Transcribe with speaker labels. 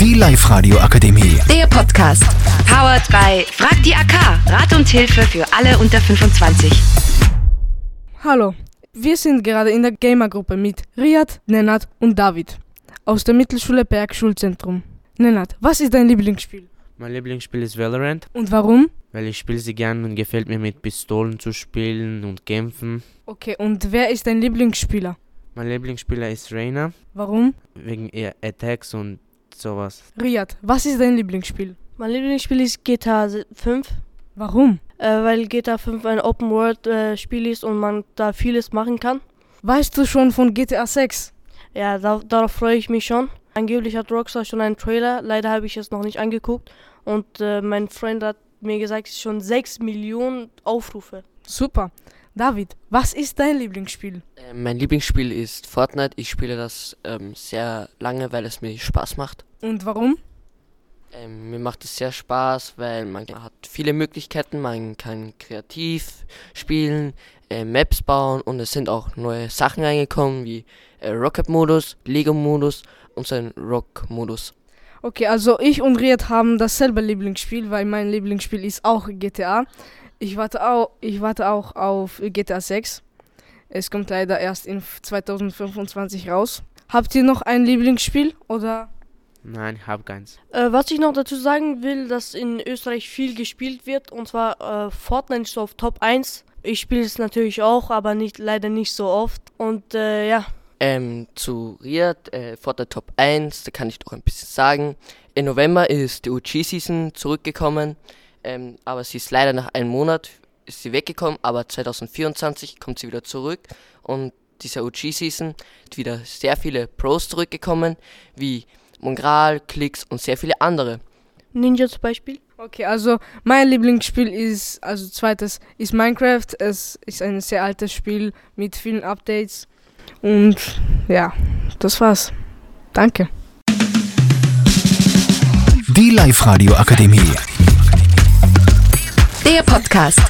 Speaker 1: Die Live-Radio Akademie.
Speaker 2: Der Podcast.
Speaker 3: Powered by Frag die AK. Rat und Hilfe für alle unter 25.
Speaker 4: Hallo, wir sind gerade in der Gamergruppe mit Riyad, Nenad und David aus der Mittelschule Berg Schulzentrum. Nenad, was ist dein Lieblingsspiel
Speaker 5: Mein Lieblingsspiel ist Valorant,
Speaker 4: und warum?
Speaker 5: weil ich spiele sie gern und gefällt mir mit Pistolen zu spielen und kämpfen.
Speaker 4: Okay, und wer ist dein Lieblingsspieler?
Speaker 5: Mein Lieblingsspieler ist Rainer,
Speaker 4: Warum?
Speaker 5: wegen ihr Attacks und sowas.
Speaker 4: Riyad, was ist dein Lieblingsspiel?
Speaker 6: Mein Lieblingsspiel ist GTA 5,
Speaker 4: Warum?
Speaker 6: äh, weil GTA 5 ein Open-World-Spiel ist und man da vieles machen kann.
Speaker 4: Weißt du schon von GTA 6?
Speaker 6: Ja, da, darauf freue ich mich schon. Angeblich hat Rockstar schon einen Trailer, leider habe ich es noch nicht angeguckt. Und äh, mein Freund hat mir gesagt, es ist schon 6 Millionen Aufrufe.
Speaker 4: Super. David, was ist dein Lieblingsspiel?
Speaker 7: Äh, Mein Lieblingsspiel ist Fortnite. Ich spiele das ähm, sehr lange, weil es mir Spaß macht.
Speaker 4: Und warum?
Speaker 7: Ähm, mir macht es sehr Spaß, weil man hat viele Möglichkeiten. Man kann kreativ spielen, äh, Maps bauen und es sind auch neue Sachen reingekommen wie äh, Rocket-Modus, Lego-Modus und so ein Rock-Modus.
Speaker 4: Okay, also ich und Riyad haben dasselbe Lieblingsspiel, weil mein Lieblingsspiel ist auch GTA. Ich warte auch, ich warte auch auf GTA 6. Es kommt leider erst in 2025 raus. Habt ihr noch ein Lieblingsspiel oder?
Speaker 5: Nein, ich habe keins.
Speaker 6: Äh, was ich noch dazu sagen will, dass in Österreich viel gespielt wird und zwar äh, Fortnite ist auf Top 1. Ich spiele es natürlich auch, aber nicht, leider nicht so oft. Und äh, ja.
Speaker 7: Ähm, zu Riad, äh, Fortnite Top 1, da kann ich doch ein bisschen sagen. Im November ist die UG-Season zurückgekommen, ähm, aber sie ist leider nach einem Monat ist sie weggekommen, aber 2024 kommt sie wieder zurück und dieser UG-Season sind wieder sehr viele Pros zurückgekommen, wie Mongral, Klicks und sehr viele andere.
Speaker 6: Ninja zum Beispiel.
Speaker 4: Okay, also mein Lieblingsspiel ist, also zweites ist Minecraft. Es ist ein sehr altes Spiel mit vielen Updates. Und ja, das war's. Danke.
Speaker 1: Die Live-Radio Akademie.
Speaker 2: Der Podcast.